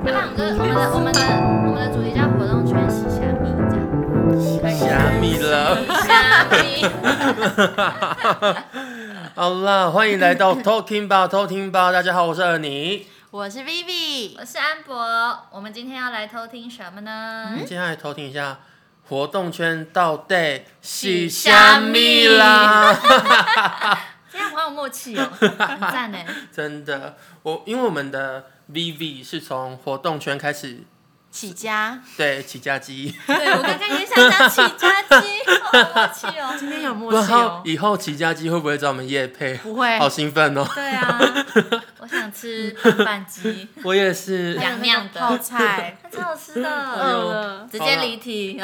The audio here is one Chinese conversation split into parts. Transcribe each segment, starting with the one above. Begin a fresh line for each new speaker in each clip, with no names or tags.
的我们的我们的主题叫活动圈洗虾米，这样
虾米了，
虾米。
好啦，欢迎来 到 Talking 吧，偷听吧，大家好，我是尔尼。
我是 Vivi，
我是安博，我们今天要来偷听什么呢？
嗯
接下来偷听一下活动圈到底是虾米
嗯
啦？
这样好有默契 哦，很赞呢。
真的，我因为我们的 VV 是从活动圈开始
起家，
对起家鸡，
对我刚刚也想讲起家鸡， 好有默契
今
哦。
天有默
然
契
后
哦，
以后起家鸡会不会找我们夜配？
不会
好兴奋 哦！
对啊， 我想吃拌拌鸡，
我也是
两。
还有那个泡 菜，
超好吃的，
呦
饿了，
嗯直接离题。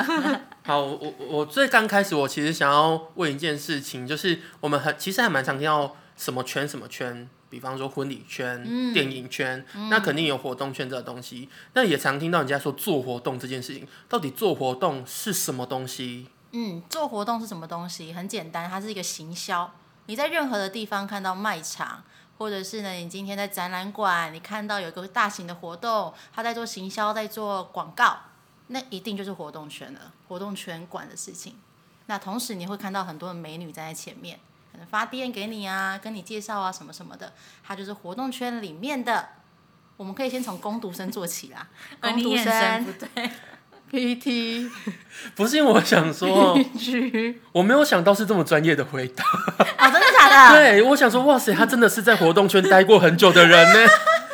好，我我我最刚开始，我其实想要问一件事情，就是我们很其实还蛮常听到什么圈什么圈，比方说婚礼圈、
嗯
电影圈，那肯定有活动圈这个东西。那也常听到人家说做活动这件事情，到底做活动是什么东西？
嗯，做活动是什么东西？很简单，它是一个行销。你在任何的地方看到卖场，或者是呢，你今天在展览馆，你看到有一个大型的活动，他在做行销，在做广告，那一定就是活动圈了，活动圈管的事情。那同时你会看到很多的美女站在前面，可能发 DM 给你啊，跟你介绍啊什么什么的，它就是活动圈里面的。我们可以先从攻读生做起啦，
呃
攻
你
读
眼神不
生、
对，
PT、
不是因为我想
哦
说，
G，
我没有想到是这么专业的回答。
哦，真的假的？
对，我想说，哇塞，他真的是在活动圈待过很久的人呢。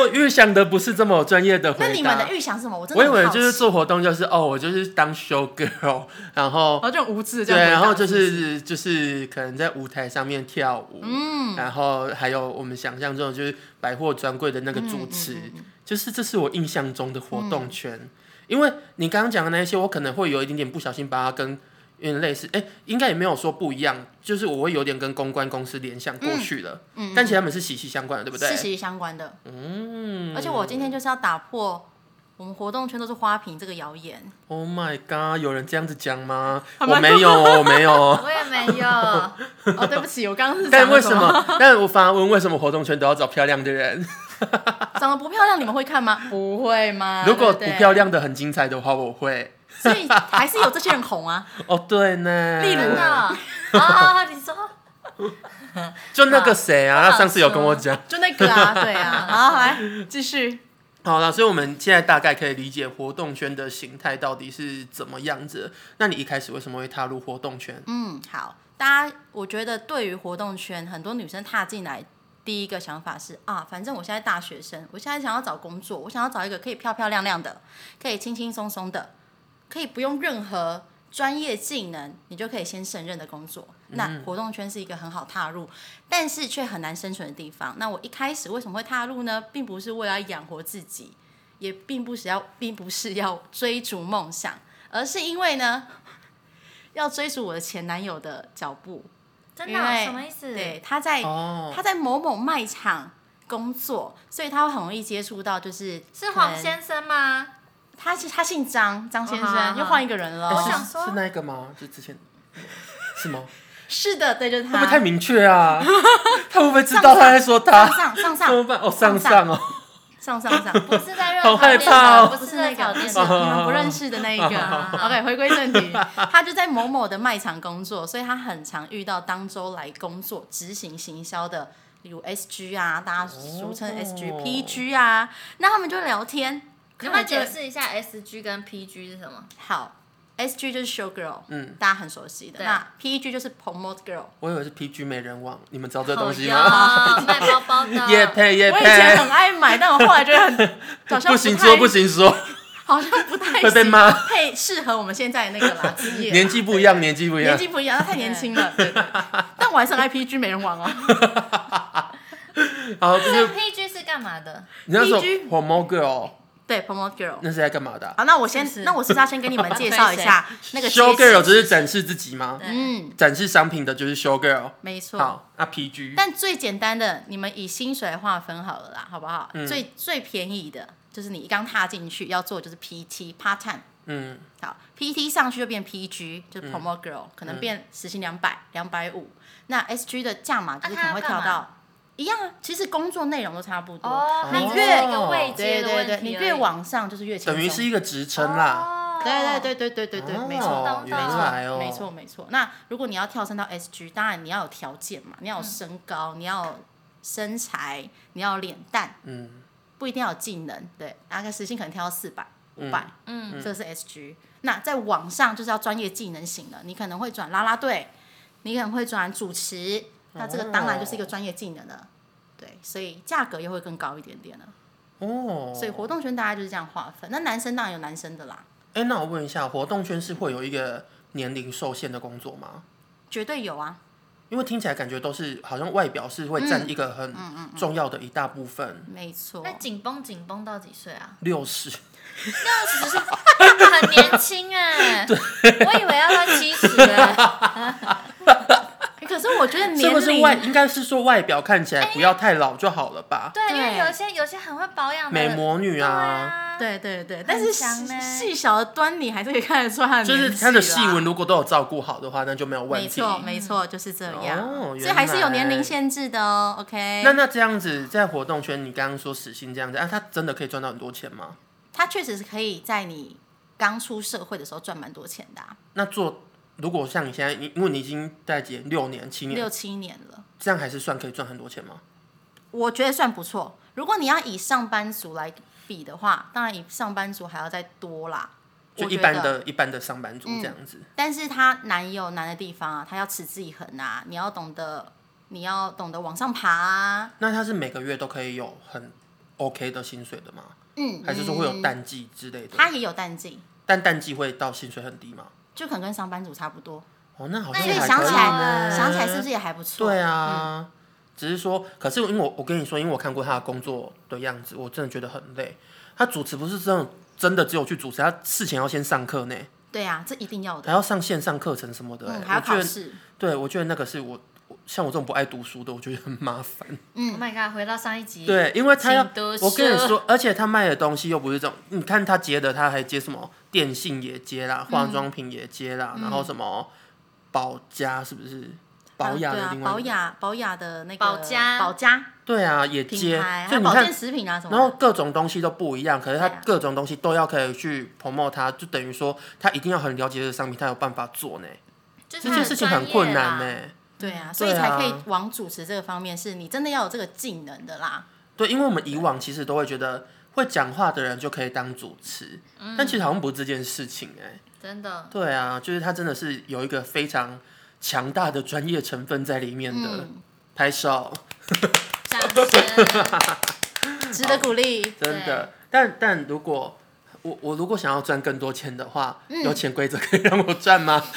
我预想的不是这么专业的回答。
那你们的预想是什么？我真的
我以
很
为
好
就是
奇，
做活动，就是哦，我就是当 show girl，然 后
然后就很无知的这
对，
样回答
然后就
不
是就是可能在舞台上面跳舞，嗯，然后还有我们想象中的就是百货专柜的那个主持，
嗯
就是这是我印象中的活动圈。因为你刚刚讲的那些，我可能会有一点点不小心把它跟有点类似，哎、应该也没有说不一样，就是我会有点跟公关公司联想过去了，嗯，但其实他们是息息相关的，对不对？
是息息相关的。嗯，而且我今天就是要打破我们活动圈都是花瓶这个 谣言。
Oh my god！有人这样子讲吗？我没有哦，我没有哦。
我也没 有。
哦，对不起，我刚刚 是
但
讲了
为什？么？但我反而问为什么活动圈都要找漂亮的人？
长得不漂亮，你们会 看吗？不会吗？
如果
对
不
对
漂，亮的很精彩的话，我会。
所以还是有这些人红 啊。
哦，对呢，
例如
真的
呢
嗯
哦哦，你说
就那个谁啊，
好
他上次有跟我讲。
就那个啊，对啊，好，来继续。
好了，所以我们现在大概可以理解活动圈的形态到底是怎么样子。那你一开始为什么会踏入活动圈？
嗯，好，大家，我觉得对于活动圈，很多女生踏进来，第一个想法是啊，反正我现在大学生，我现在想要找工作，我想要找一个可以漂漂亮亮的，可以轻轻松松的，可以不用任何专业技能，你就可以先胜任的工作。那活动圈是一个很好踏入，但是却很难生存的地方。那我一开始为什么会踏入呢？并不是为了要养活自己，也并不是要，并不是要追逐梦想，而是因为呢，要追逐我的前男友的脚步。
真的
因
哦
为
什么意思？
对，他在、
哦，
他在某某卖场工作，所以他会很容易接触到，就是
是黄
可能，
先生吗？
他是他姓张，张先
哦好好
生
好
又换一个人了。
哎
我
是
想说
是那一个吗？就之前是吗？
是的，对，就是
会不会
他。
太明确啊？他会不会知道他在说他？
上上上
怎么
上
办？哦，上上哦，
上上上，不
不是在热
好
炒
害
店
怕
的，
哦
不
不
是
是那
热炒
个，不
店
是
的
你。们不认识的那一个。啊
好
OK，回归正题，他就在某某的卖场工作，所以他很常遇到当周来工作执行行销的，例如 SG 啊，大家俗称 SG、
哦
PG 啊，那他们就聊天，
你
他
要不要
们就
解释一下 S G 跟 P G 是什么？
好。S G 就是 show girl，
嗯
嗯，大家很熟悉的。
对
那 P E G 就是 promote girl，
我以为是 PG 美人网，你们知道这东西吗？。
好哦哟卖包包的
叶配叶
我以前很
配，
爱买，但我后来觉得很好像
不
太
行说不，行说，
好像不太
会被
行
骂
配适合我们现在的那个啦，职业啦
年纪不一样，年纪不一
年
样。
纪不一样，他太年轻 了。对对对但我还是 很爱 PG 美人王哦。
好，就
所以
是
P G 是干嘛的？
你那时候
PG
Homo Girl
对，Promote Girl。
那是在干嘛的啊
好，那我
是不
先，
是
那我是不是要先跟你们介绍一 下那个
？Show
阶级
Girl 就是展示自己吗？
嗯，
展示商品的就是 Show Girl。
没错。
好，那啊 PG
但最简单的，你们以薪水划分好了啦，好不好？最最便宜的就是你刚踏进去要做的就是 PT part time。
嗯，
好，PT 上去就变 PG，就是 Promo 嗯 Girl，、可能变时薪两百、两百五。那 SG 的价码就是可能会
啊它要干
跳
嘛
到一样啊，其实工作内容都差不多。
哦，那
你
只
越
是一个位
对
阶的
对
问题
对，
而已，
你越往上就是越轻
等于是
松。
一个职称啦。
哦，
对对对对对对对，没错。
哦
没
原
错
来哦，
没错没错。那如果你要跳升到 SG，当然你要有条件
嗯
嘛，你要有身高，你要有身材，你要有脸蛋，
嗯，
不一定要有技能。对，大概时薪可能跳到四百、五百，
嗯，
这是 SG。那在网上就是要专业技能型的，你可能会转啦啦队，你可能会转主持，
哦
那这个当然就是一个专业技能了。对，所以价格又会更高一点点了。
哦，
所以活动圈大概就是这样划分。那男生当然有男生的啦，
哎、那我问一下，活动圈是会有一个年龄受限的工作吗？
绝对有啊。
因为听起来感觉都是好像外表是会占
嗯
一个很重要的一大部分，
没错
那，紧绷紧绷到几岁啊？
六十、
那只 是很年轻 哎，我以为要到七十哎，
哎可是我觉得
是
年
不是
龄
外应该是说外表看起来不要太老就好了吧？
对，因为
对
有些有些很会保养的
美魔女
对
啊，
啊，
啊对对对，但是
强
细
呢
细小的端倪还是可以看得出他的
就是
年纪
她的
啦
细纹，如果都有照顾好的话，那就没有问
没
题。
错没错，就是这样，
哦
所以还是有
原来
年龄限制的哦。OK，
那那这样子在活动圈，你刚刚说死薪这样子，啊，他真的可以赚到很多钱吗？
他确实是可以在你刚出社会的时候赚蛮多钱的、啊，
那做如果像你现在，你因为你已经在几年六年七
六
年，
七年了，
这样还是算可以赚很多钱吗？
我觉得算不错。如果你要以上班族来比的话，当然以上班族还要再多啦。
就
我
一
觉
般
得嗯
的一般的上班族这样子。
但是他难有难的地方啊，他要持之以恒啊，你要懂得，你要懂得往上爬啊。
那他是每个月都可以有很 OK 的薪水的吗？
嗯，
还是说会有淡季之类的？
他也有淡季，
但淡季会到薪水很低吗？
就可能跟上班族差不多。
哦，那好
那
像
所以
也
还
想
可
起
以
来，
呢。
啊
想起来是不是也还不错？嗯
对啊，只是说，可是因为我我跟你说，因为我看过他的工作的样子，我真的觉得很累。他主持不是真的真的只有去主持，他事前要先上课呢，
对啊，这一定要的。
还要上线上课程什么的、欸
嗯，
啊我
还要
觉
考
得
试。
对，我觉得那个是我我像我这种不爱读书的，我觉得很麻烦。
，Oh my god，回到上一集，
对，因为他要
请读
我跟你
书
说，而且他卖的东西又不是这种，你看他接的，他还接什么电信也接啦，化
嗯
妆品也接啦，然后什么保家是不是？保养
对
的
嗯啊
另，外一
保
个
养保养的那个
保家
保家
对啊，也
品
接，
牌，还
所
有
以你
保健
看，
食品啊什么
然后
的。
各种东西都不一样，可是他
对啊
各种东西都要可以去 promote 他，就等于说他一定要很了解这个商品，他有办法做呢。
就是
这
他
件事情
专
很困
业
难欸
啦。
呢。
对啊，所以
对啊
才可以往主持这个方面，是你真的要有这个技能的啦。
对，因为我们以往其实都会觉得会讲话的人就可以当主持，
嗯
但其实好像不是这件事情哎。
真的，
对啊，就是他真的是有一个非常强大的专业成分在里面的。
嗯，
拍手，
掌声。
值得鼓励。
真
对
的。但但如果我我如果想要赚更多钱的话，
嗯
有潜规则可以让我赚吗？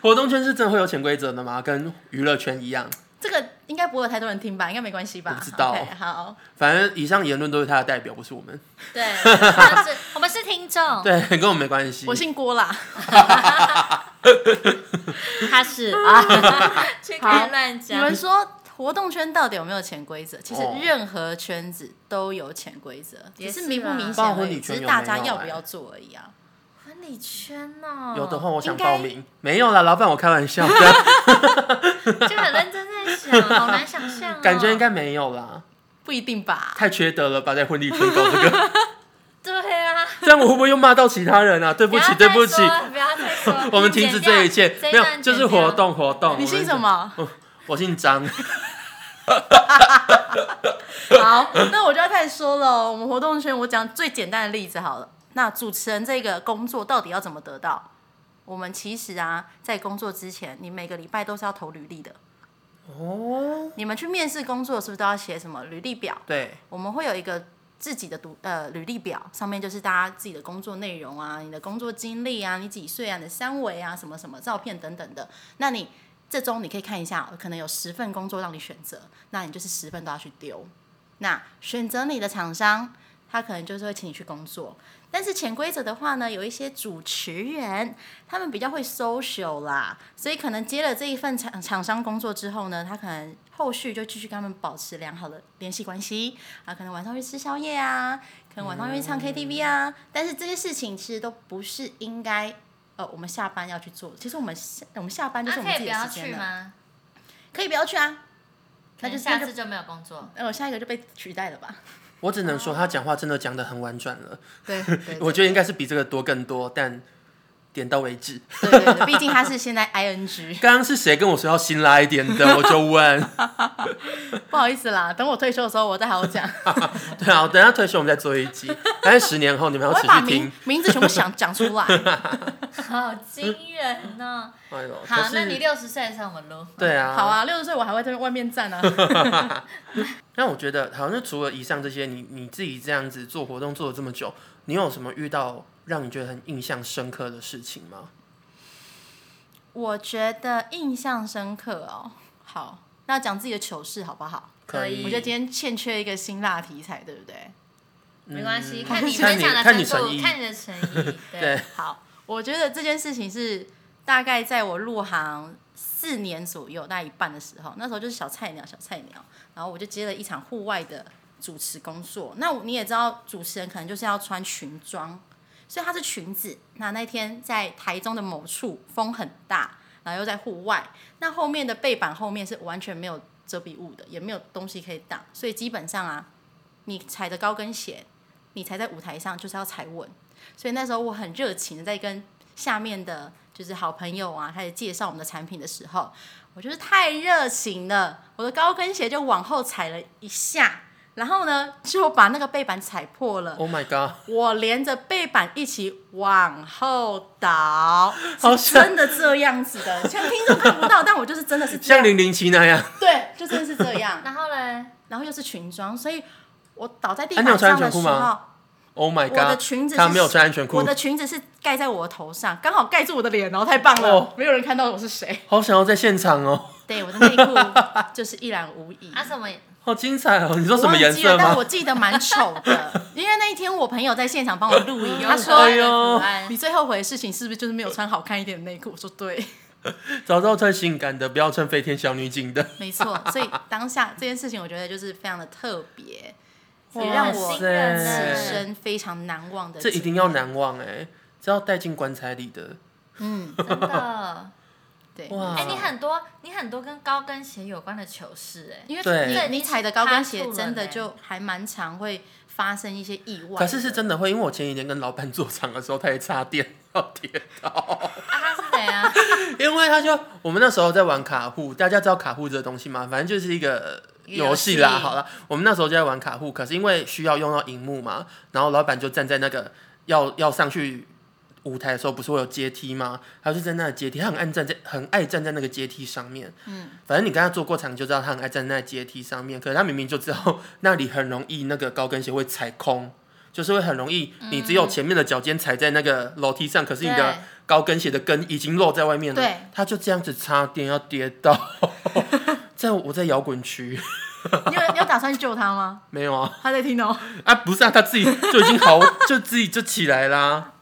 活动圈是真的会有潜规则的吗？跟娱乐圈一样？
这个应该不会有太多人听吧？应该没关系吧？
我不知道
OK，好，
反正以上言论都是他的代表，不是我们。
对，他是我们是听众，
对，跟我们没关系。
我姓郭啦。
他是 啊，去
好
看乱
你
讲。
们说活动圈到底有没有潜规则？其实
哦
任何圈子都有潜规则，
也
只
是啊
是明不明
包括
显而
婚
已，
礼圈
只
有
是
没有
大家要
哎
不要做而已啊。
婚礼圈哦，
有的话，我想
应该
报名。没有啦，老板，我开玩 笑的，
就很认真在想，好难想象哦。
感觉应该没有啦，
不一定吧？
太缺德了吧，在婚礼圈搞这个，
对啊，
这样我会不会又骂到其他人啊？对不起，对不起，
要再说了不要再说了，
我们停止这一切
剪掉，
没
这一段
有，就是
剪掉
活动活动。
你姓什？么？
我姓张。
好，那我就要开始说了。我们活动圈，我讲最简单的例子好了。那主持人这个工作到底要怎么得到？我们其实啊，在工作之前，你每个礼拜都是要投履历的。
哦，
你们去面试工作是不是都要写什么履历表？
对，
我们会有一个自己的读呃履历表，上面就是大家自己的工作内容啊、你的工作经历啊、你几岁啊、你的三围啊、什么什么照片等等的。那你这周你可以看一下，呃可能有十份工作让你选择，那你就是十份都要去丢。那选择你的厂商，他可能就是会请你去工作。但是潜规则的话呢，有一些主持人他们比较会 social 啦，所以可能接了这一份厂厂商工作之后呢，他可能后续就继续跟他们保持良好的联系关系啊，可能晚上去吃宵夜啊，可能晚上去
嗯
唱 KTV 啊，但是这些事情其实都不是应该呃我们下班要去做的。其实我们下我们下班就是
啊，
我
可以不
们自己的
要
时
去
间了，
吗？
可以不要去啊？
那
那就
就
那
下
就
次就没有工 作。
呃，我下一个就被取代了吧？
我只
哦
能说他讲话真的讲的很婉转了，
对，对
我觉得应该是比这个多更多，但点到为止。
对对对，毕竟他是现在 ING，
刚刚是谁跟我说要辛辣一点的，我就问。
不好意思啦，等我退休的时候我再好好讲，
对啊，等他退休我们再做一集，但是十年后你们
我
要持
会把
续听
名。名字全部想讲出来。
好惊人哦！
哎呦，可
好，
是
那你六十岁的时候我们录。
对啊，
好。啊，六十岁我还会在外面站啊。
那我觉得，好，那除了以上这些，你你自己这样子做活动做了这么久，你有什么遇到让你觉得很印象深刻的事情吗？
我觉得印象深刻哦。好，那讲自己的糗事好不好？
可以
嗯
我觉得今天欠缺一个辛辣题材，对不对？
没关系，
嗯
看你
看
分
你
享的
看你
程
诚意
度，看你的诚 意。
对，
好，我觉得这件事情是大概在我入行四年左右，大概一半的时候，那时候就是小菜鸟，小菜鸟，然后我就接了一场户外的主持工作。那我你也知道，主持人可能就是要穿裙装，所以它是裙子。那那天在台中的某处风很大，然后又在户外，那后面的背板后面是完全没有遮蔽物的，也没有东西可以挡，所以基本上啊，你踩着高跟鞋，你踩在舞台上就是要踩稳。所以那时候我很热情的在跟下面的就是好朋友啊开始介绍我们的产品的时候，我就是太热情了，我的高跟鞋就往后踩了一下，然后呢就把那个背板踩破了。
Oh my god！
我连着背板一起往后倒，
好
是真的这样子的，像听众看不到，但我就是真的是这
像
样，
零零七那样，
对，就真的是这样。
然后呢？
然后又是裙装，所以我倒在地
啊你有
板
穿
上的
安全
时
裤
候，
吗 Oh my
我的
god！
裙子是
他没有穿安全裤
我，的裙子是盖在我的头上，刚好盖住我的脸，然后太棒了，
哦
没有人看到我 是谁。
好想要在现场哦，
对，我的内裤就是一览无遗。
啊什么？
好精彩哦！你说
我
什么
忘
颜
记了，
色
但
吗
我？记得蛮丑 的，因为那一天我朋友在现场帮我录影，他说
哎呦
可爱
你最后悔的事情是不是就是没有穿好看一点的内裤？我说对，
早知道穿性感的，不要穿飞天小女警的。
没错。所以当下这件事情，我觉得就是非常的特别，
哇
也
哎
让我
哇
此
塞
生非常难忘的。
这一定要。难忘哎，这要带进棺材里的。
嗯，
真的。
对。
哇
哎，你很多，你很多跟高跟鞋有关的糗事，哎，
因为
对
你你踩的高跟鞋真的就还蛮常会发生一些意外的。
可是是真的会，因为我前几天跟老板做场的时候，他也差点要跌倒，
啊，他是怎 样？
因为他就我们那时候在玩卡户，大家知道卡户这个东西吗？反正就是一个游戏
游
啦，
戏
好了，我们那时候就在玩卡户，可是因为需要用到荧幕嘛，然后老板就站在那个要要上去。舞台的时候不是会有阶梯吗？他就在那个阶梯，他很爱站在很爱站在那个阶梯上面。嗯，反正你跟他做过场就知道，他很爱站在那个阶梯上面。可是他明明就知道那里很容易那个高跟鞋会踩空， 就是会很容易，你只有前面的脚尖踩在那个楼梯上，可是你的
对
高跟鞋的跟已经露在外面了
对，
他就这样子差点要跌倒。在我在摇滚区
你有你有打算去救他吗？
没有啊
他在听哦。
啊不是啊，他自己就已经好 就自己就起来啦。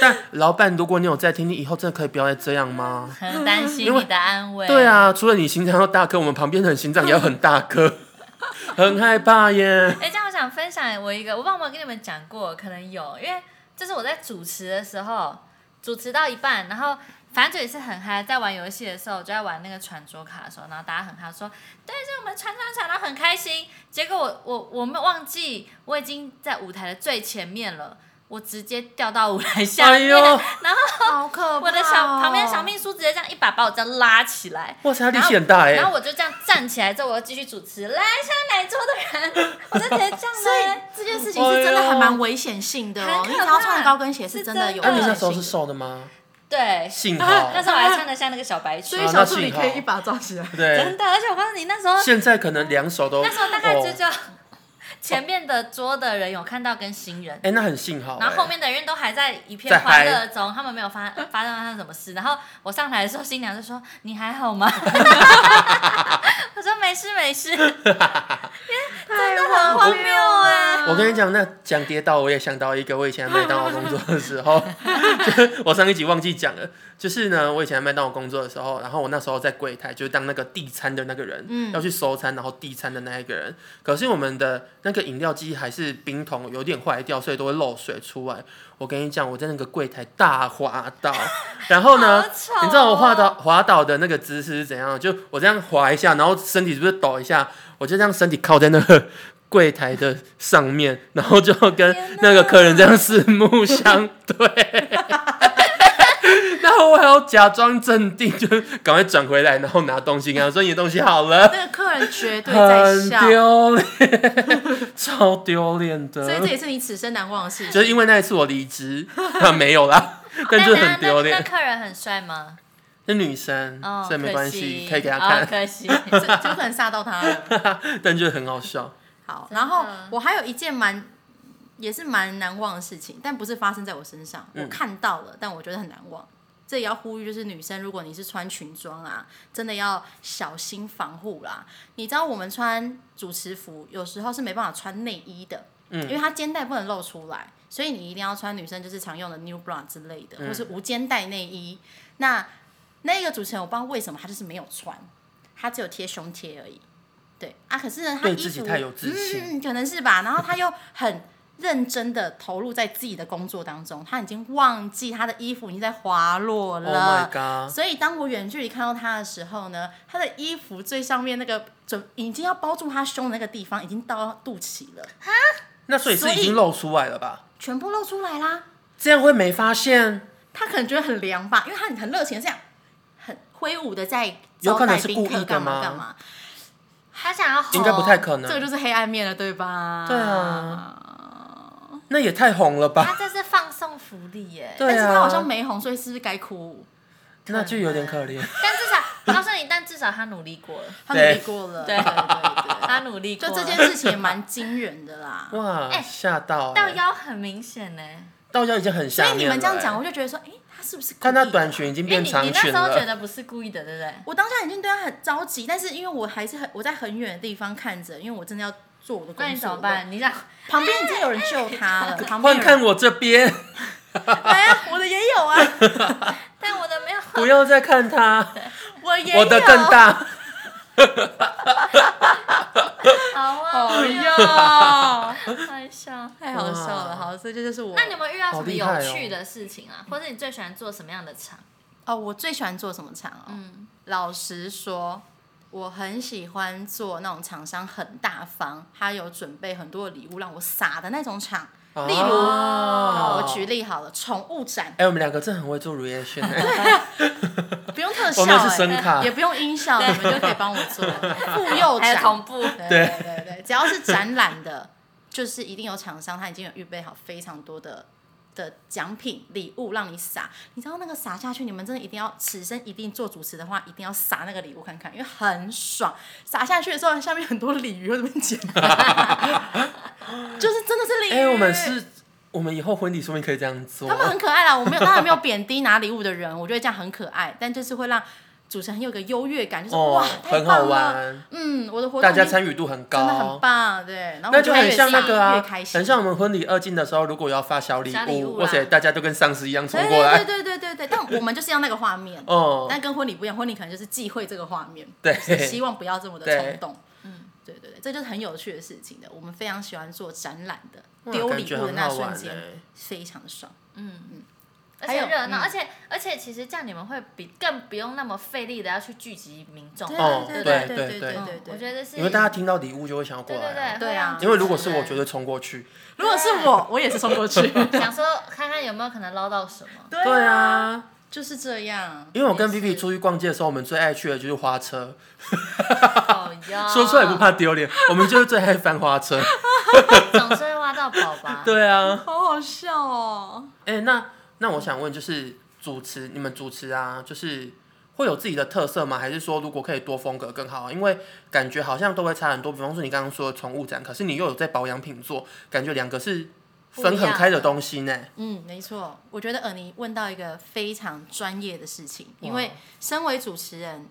但老板，如果你有在听，你以后真的可以不要再这样吗？
很担心
因为
你的安危。
对，啊，除了你心脏要大颗，我们旁边的人心脏也要很大颗， 很害怕耶。
哎、这样我想分享我一个，我忘了跟你们讲过，可能有，因为这是我在主持的时候，主持到一半，然后反正就也是很嗨，在玩游戏的时候，我就在玩那个传桌卡的时候，然后大家很嗨说，对，这我们传传传，然后很开心。结果我我我没有忘记，我已经在舞台的最前面了，我直接掉到舞台下
哎
面，
呦，
好可怕哦、
我的小旁边的小秘书直接这样一把把我这样拉起来，
哇塞，他力气很大
然
哎
后。我就这样站起来之后，我又继续主持。来，现在哪一桌的人？我就直接这样
所以
嘞。
这件事情是真的还蛮危险性的哦。
哎呦
你只要穿着高跟鞋是真的
是
那
有危
真
哎你
的
那
险
时候是
性的。
瘦 的吗？
对，
幸好
那时候我还穿得像那个小白裙
所，以
啊
小
那
助理
幸好
可以一把抓起来。
对
真，的。而且我告诉你，那时候
现在可能两手都
那时候大概就
哦
就前面的桌的人有看到跟新人。
哎、那很幸好、欸。
然后后面的人都还在一片
在
欢
嗨
乐中，他们没有 发发生什么事。然后我上台的时候，新娘就说：“你还好吗？” 我说：“没事没事。”真的很荒谬哎、
我跟你讲，那讲跌倒，我也想到一个，我以前在麦当劳工作的时 候，就我上一集忘记讲了，就是呢，我以前在麦当劳工作的时候，然后我那时候在柜台，就是当那个递餐的那个人，
嗯
要去收餐，然后递餐的那一个人，可是我们的那个饮料机还是冰桶有点坏掉，所以都会漏水出来。我跟你讲，我在那个柜台大滑 倒，然后呢
好，丑哦
你知道我滑倒滑倒的那个姿势是怎样？就我这样滑一下，然后身体是不是抖一下？我就这样身体靠在那个柜台的上 面，然后就跟
天哪
那个客人这样四目相对。然后我还要假装镇定，就赶快转回来，然后拿东西跟他说：“你的东西好 了。”
那个客人绝对在
很
笑，
丢脸， 超丢脸
所以这
的。
也是你此生难忘的事
就
情。
是因为那一次我离职，啊没 有啦，但就是很丢
那
脸。
客人很帅吗？
是女生，
哦，
所以没
可
关
惜
系，可以给她
哦
看，
可 惜。
就就可能吓到他了。
但就是很好笑。
好，
真的
然后我还有一件蛮也是蛮难忘的事情，但不是发生在我身上，我看到了，但我觉得很难忘。这也要呼吁，就是女生，如果你是穿裙装啊，真的要小心防护啦。你知道我们穿主持服，有时候是没办法穿内衣的，因为它肩带不能露出来，所以你一定要穿女生就是常用的 new bra 之类的，或是
嗯
无肩带内衣。那那个主持人我不知道为什么他就是没有穿，他只有贴胸贴而已。对啊，可是呢，他
对
衣服
自己太有自信
嗯，可能是吧。然后他又很认真的投入在自己的工作当中，他已经忘记他的衣服已经在滑落
Oh my
了。
god！
所以当我远距离看到他的时候呢，他的衣服最上面那个准已经要包住他胸的那个地方已经到肚脐了，
那所以是已经露出来了吧？
全部露出来啦。
这样会没发现？
他可能觉得很凉吧，因为他很很热情地这样，很挥舞的在
有
招
可能
待
是
宾
故意
客
的
干嘛
吗
干嘛。哦
他想要红，
应该不太可
这个
能。
就是黑暗面了，对吧？
对啊那也太红了吧？
他这是放送福利耶。
对
但是他好像
啊，
没红，所以是不是该哭？
那就有点可怜。
但至少我告诉你，但至少他努力过了，
他努力过了，
对
对对对
他努力过
就
了。
这件事情也蛮惊人的 啦。
哇，
哎
吓到
到
欸！
腰很明显呢，
到腰已经很
所
下
以
面了欸。
你们这样讲，我就觉得说，哎，他是不是？
看她短，裙已经
因为
变
你
长
哎你那
裙
时候觉
了。
得不是故意的，对不对？
我当下已经对他很着急，但是因为我还是很我在很远的地方看着，因为我真的要做我的工作。
那你怎么？办？你想
旁边已经有人救 他了，旁边
换
有人
看我这 边，
哎呀，我的也有啊，
但我的没有，
不要再看她，
我也有，
我的更大。
好啊，
哎
我有
呀，
开笑。
太好笑了，
哇
好，这就就是我。
那你有没有遇到什
好
么
厉害
有
哦
趣的事情啊？或者你最喜欢做什么样的场？
哦，我最喜欢做什么场哦？老实说，我很喜欢做那种厂商很大方，他有准备很多的礼物让我撒的那种场。例如，好
哦
我举例好了，宠物展
哎、我们两个真的很会做 reaction，、欸、
不用特效、
我们是声
哎
卡
也，不用音效，你们就可以帮我做 妇幼
还有
展。
同步，
对对对对，只要是展览的， 就是一定有厂商他已经有预备好非常多的。的奖品礼物让你撒，你知道那个撒下去，你们真的一定要此生一定做主持的话，一定要撒那个礼物看看，因为很爽。撒下去的时候，下面很多鲤鱼会这 边捡，就是真的是鲤鱼。
哎、我们是，我们以后婚礼说不定可以这样做
他。们很可爱啦，我没有当然没有贬低拿礼物的人，我觉得这样很可爱，但就是会让主持人很有个优越感，就是、
哦
哇，，太
很好
棒了，
玩，
嗯，我的活动
大家
已经
参与度很
真的很
高，
棒，对，然后
那
我
就
会
很
越
像那
撒
个
越
啊，
开心，
很像我们婚礼二进的时候，如果要发小礼
小礼物
物，
啊
哇塞，大家都跟丧尸一样冲
对
过
对
来，
对对对对，但我们就是要那个画面，
哦，
但跟婚礼不一样，婚礼可能就是忌讳这个画面，
对
就是希望不要这么的
对
冲动，嗯，对对对，这就是很有趣的事情的，我们非常喜欢做展览的，
哇
丢
感
礼
觉
物的
很
那
好
瞬
玩
间
欸
非常的爽，
而
还有
且热闹，
嗯
而且而且其实这样你们会比更不用那么费力的要去聚集民众。
哦
对
对
对对
对
对
对啊
对
我
对，
觉得是
因为大家听到礼物就会想要过
对对
来啊、
对会让
因为如果是
主持
我，
人
绝对冲过去。
如果是我，我也是冲过去。
想说看看有没有可能捞到什 么。
对
对，啊，
就是这样。
因为我跟
也
B
是
B 出去逛街的时候，我们最爱去的就是花车，
好
哦
呀，
说出来不，怕丢脸，我们就是最爱翻花 车。
总是会挖到宝吧？
对啊，
好好笑哦。
哎、那那我想问，就是主持你们主持啊，就是会有自己的特色吗？还是说如果可以多风格更好啊？因为感觉好像都会差很多。比方说你刚刚说的宠物展，可是你又有在保养品做，感觉两个是分很开的东西呢。
嗯，没错，我觉得尔尼问到一个非常专业的事情，因为身为主持人，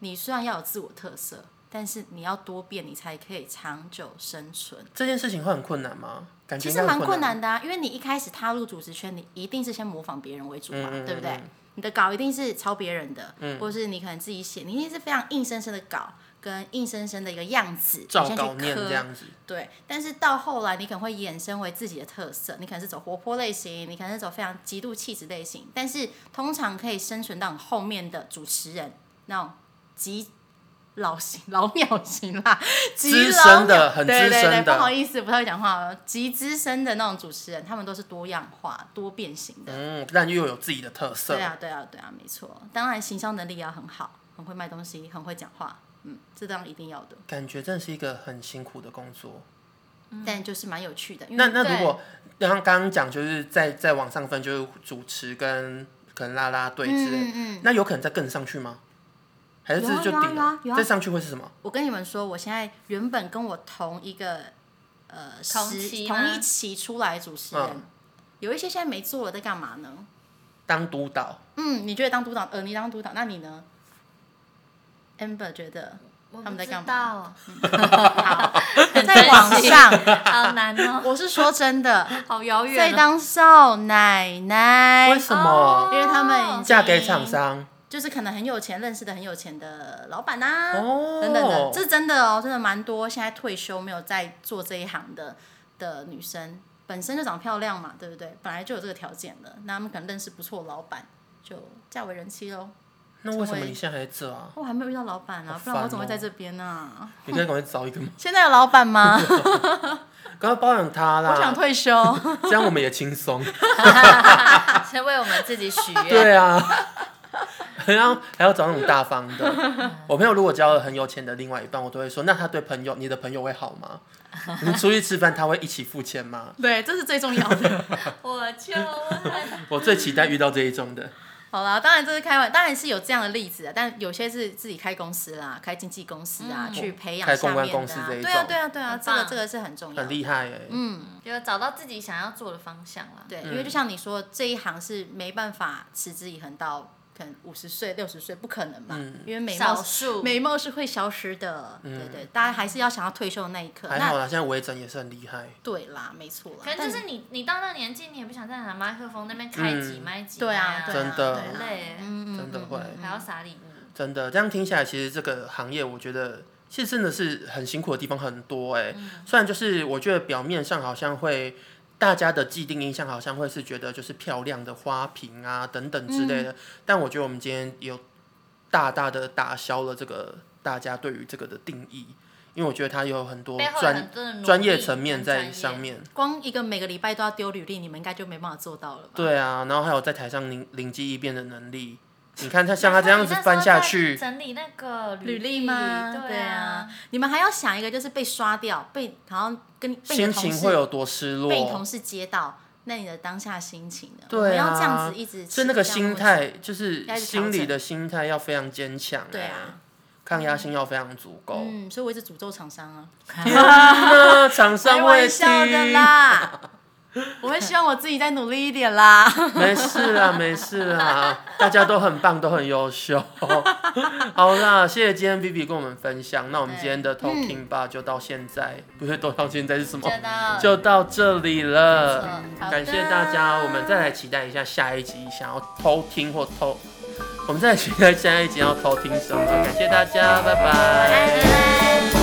你虽然要有自我特色，但是你要多变，你才可以长久生存。
这件事情会很困难吗？感觉
其
应该
实
很
蛮困
困
难的啊，因为你一开始踏入主持圈，你一定是先模仿别人为主嘛，
嗯嗯嗯
对不对
嗯？
你的稿一定是抄别人的，或是你可能自己写，你一定是非常硬生生的稿跟硬生生的一个样子，你
照
先
稿
去
念这
磕。
样子。
对，但是到后来，你可能会衍生为自己的特色，你可能是走活泼类型，你可能是走非常极度气质类型，但是通常可以生存到你后面的主持人那种极老型、 老鸟型啦，极
资
老
深
鸟。
的，很资
对对对，
深
不好
的。
意思，不太会讲话哦。极资深的那种主持人，他们都是多样化、多变型的。
嗯，但又有自己的特色
对。啊，对啊，对啊，没错。当然，行销能力要很好，很会卖东西，很会讲话，嗯，这当然一定要的。
感觉真的是一个很辛苦的工作。
但就是蛮有趣的，因
那
为
那
对
如果然后刚刚讲就是在在往上分，就是主持跟可能啦啦队之类，
嗯嗯，
那有可能再更上去吗？还是这
有啊
就
有啊
顶
有啊有
了？
啊
再上去会是什么？
我跟你们说，我现在原本跟我同一个呃
同
时
期
同
吗
一期出来的主持人，
嗯
有一些现在没做了，在干嘛呢？
当督导，
嗯，你觉得当督导，呃，你当督导，那你呢？Amber 觉得
我
他们
不
在
知
干嘛？
道，
在网上，
好难哦，
我是说真的，
好遥
在
远哦。
当少奶奶
为，什么
哦
因为他们已经
嫁给厂商？
就是可能很有钱，认识的很有钱的老板呐、啊，
哦
等等的，这是真的哦，真的蛮多现在退休没有在做这一行的的女生，本身就长得漂亮嘛，对不对？本来就有这个条件的，那他们可能认识不错的老板，就嫁为人妻喽。
那为什
成
么
为
你现在还在这啊？
我还没有遇到老板啊
好，
不
烦
然我
哦
怎么会在这边呢、啊？
你可以赶快找一个吗？
现在有老板吗？
赶快包养他
我想
啦，
退休。
这样我们也轻松。
先为我们自己许愿。
对啊， 然后还要找那种大方 的。我朋友如果交了很有钱的另外一半，我都会说，那他对朋友，你的朋友会好吗？你们出去吃饭，他会一起付钱吗？
对，这是最重要的。
我就问，
我最期待遇到这一种的。
好啦，当然这是开玩，当然是有这样的例子啊，但有些是自己开公司啦，开经纪公司啊，
嗯
去培养
开
下
公
面
关
的、啊。
公司这一
对啊，
种
对啊，对啊，
很
这个
棒
这个是很重要
很
的。
厉害哎、
嗯，
就找到自己想要做的方向了。
对，因
嗯
为就像你说，这一行是没办法持之以恒到可能五十岁、六十岁，不可能嘛，
嗯
因为美
少
貌
数
美貌是会消失的，对对，大家还是要想要退休的那一刻。
还好
那
啦，现在微整也是很厉害。
对啦，没错啦，
可能就
但
是你，你到那年纪，你也不想再拿麦克风那边开几
嗯
麦几
对
麦
啊，对啊
真的
对
很
啦
累耶，
嗯嗯
真的
嗯
会
嗯
还要撒礼物，
真的，这样听起来，其实这个行业，我觉得其实真的是很辛苦的地方很多哎、
嗯
虽然就是我觉得表面上好像会。大家的既定印象好像会是觉得就是漂亮的花瓶啊等等之类的，
嗯
但我觉得我们今天有大大的打消了这个大家对于这个的定义，因为我觉得它有很多
背后有
专
很多的努力
专业层面
跟专
在
业嗯
上。面。
光一个每个礼拜都要丢履历，你们应该就没办法做到了吧？
对啊，然后还有在台上灵灵机一变的能力。你看他像他这样子翻下去，
整理那个
履
历
历吗？
对啊，，
你们还要想一个，就是被刷掉，被好像跟你被你
心
的同
情
事
会有多失落？
被你同事接到，那你的当下心情呢？
啊对啊
我们要这样子一直，
所以那个心，态哦就是
要一直调
心
整
理的心态要非常坚强、
对啊，
抗压性要非常足够。
嗯，所以我一直诅咒厂商啊，
那厂商
开
会
玩
听
笑的，啦，我会希望我自己再努力一点啦。
没事啦，没事啦，大家都很棒，都很优秀。 好啦，谢谢今天 Vivi 跟我们分享，那我们今天
嗯
的 Talking Bar 就到现在，不是都到现在是什么？
就到
就到这里了
嗯没，
错
感谢大家，我们再来期待一下下一集想要偷听或偷，我们再来期待下一集要偷听什么，感谢大家，拜拜
拜拜。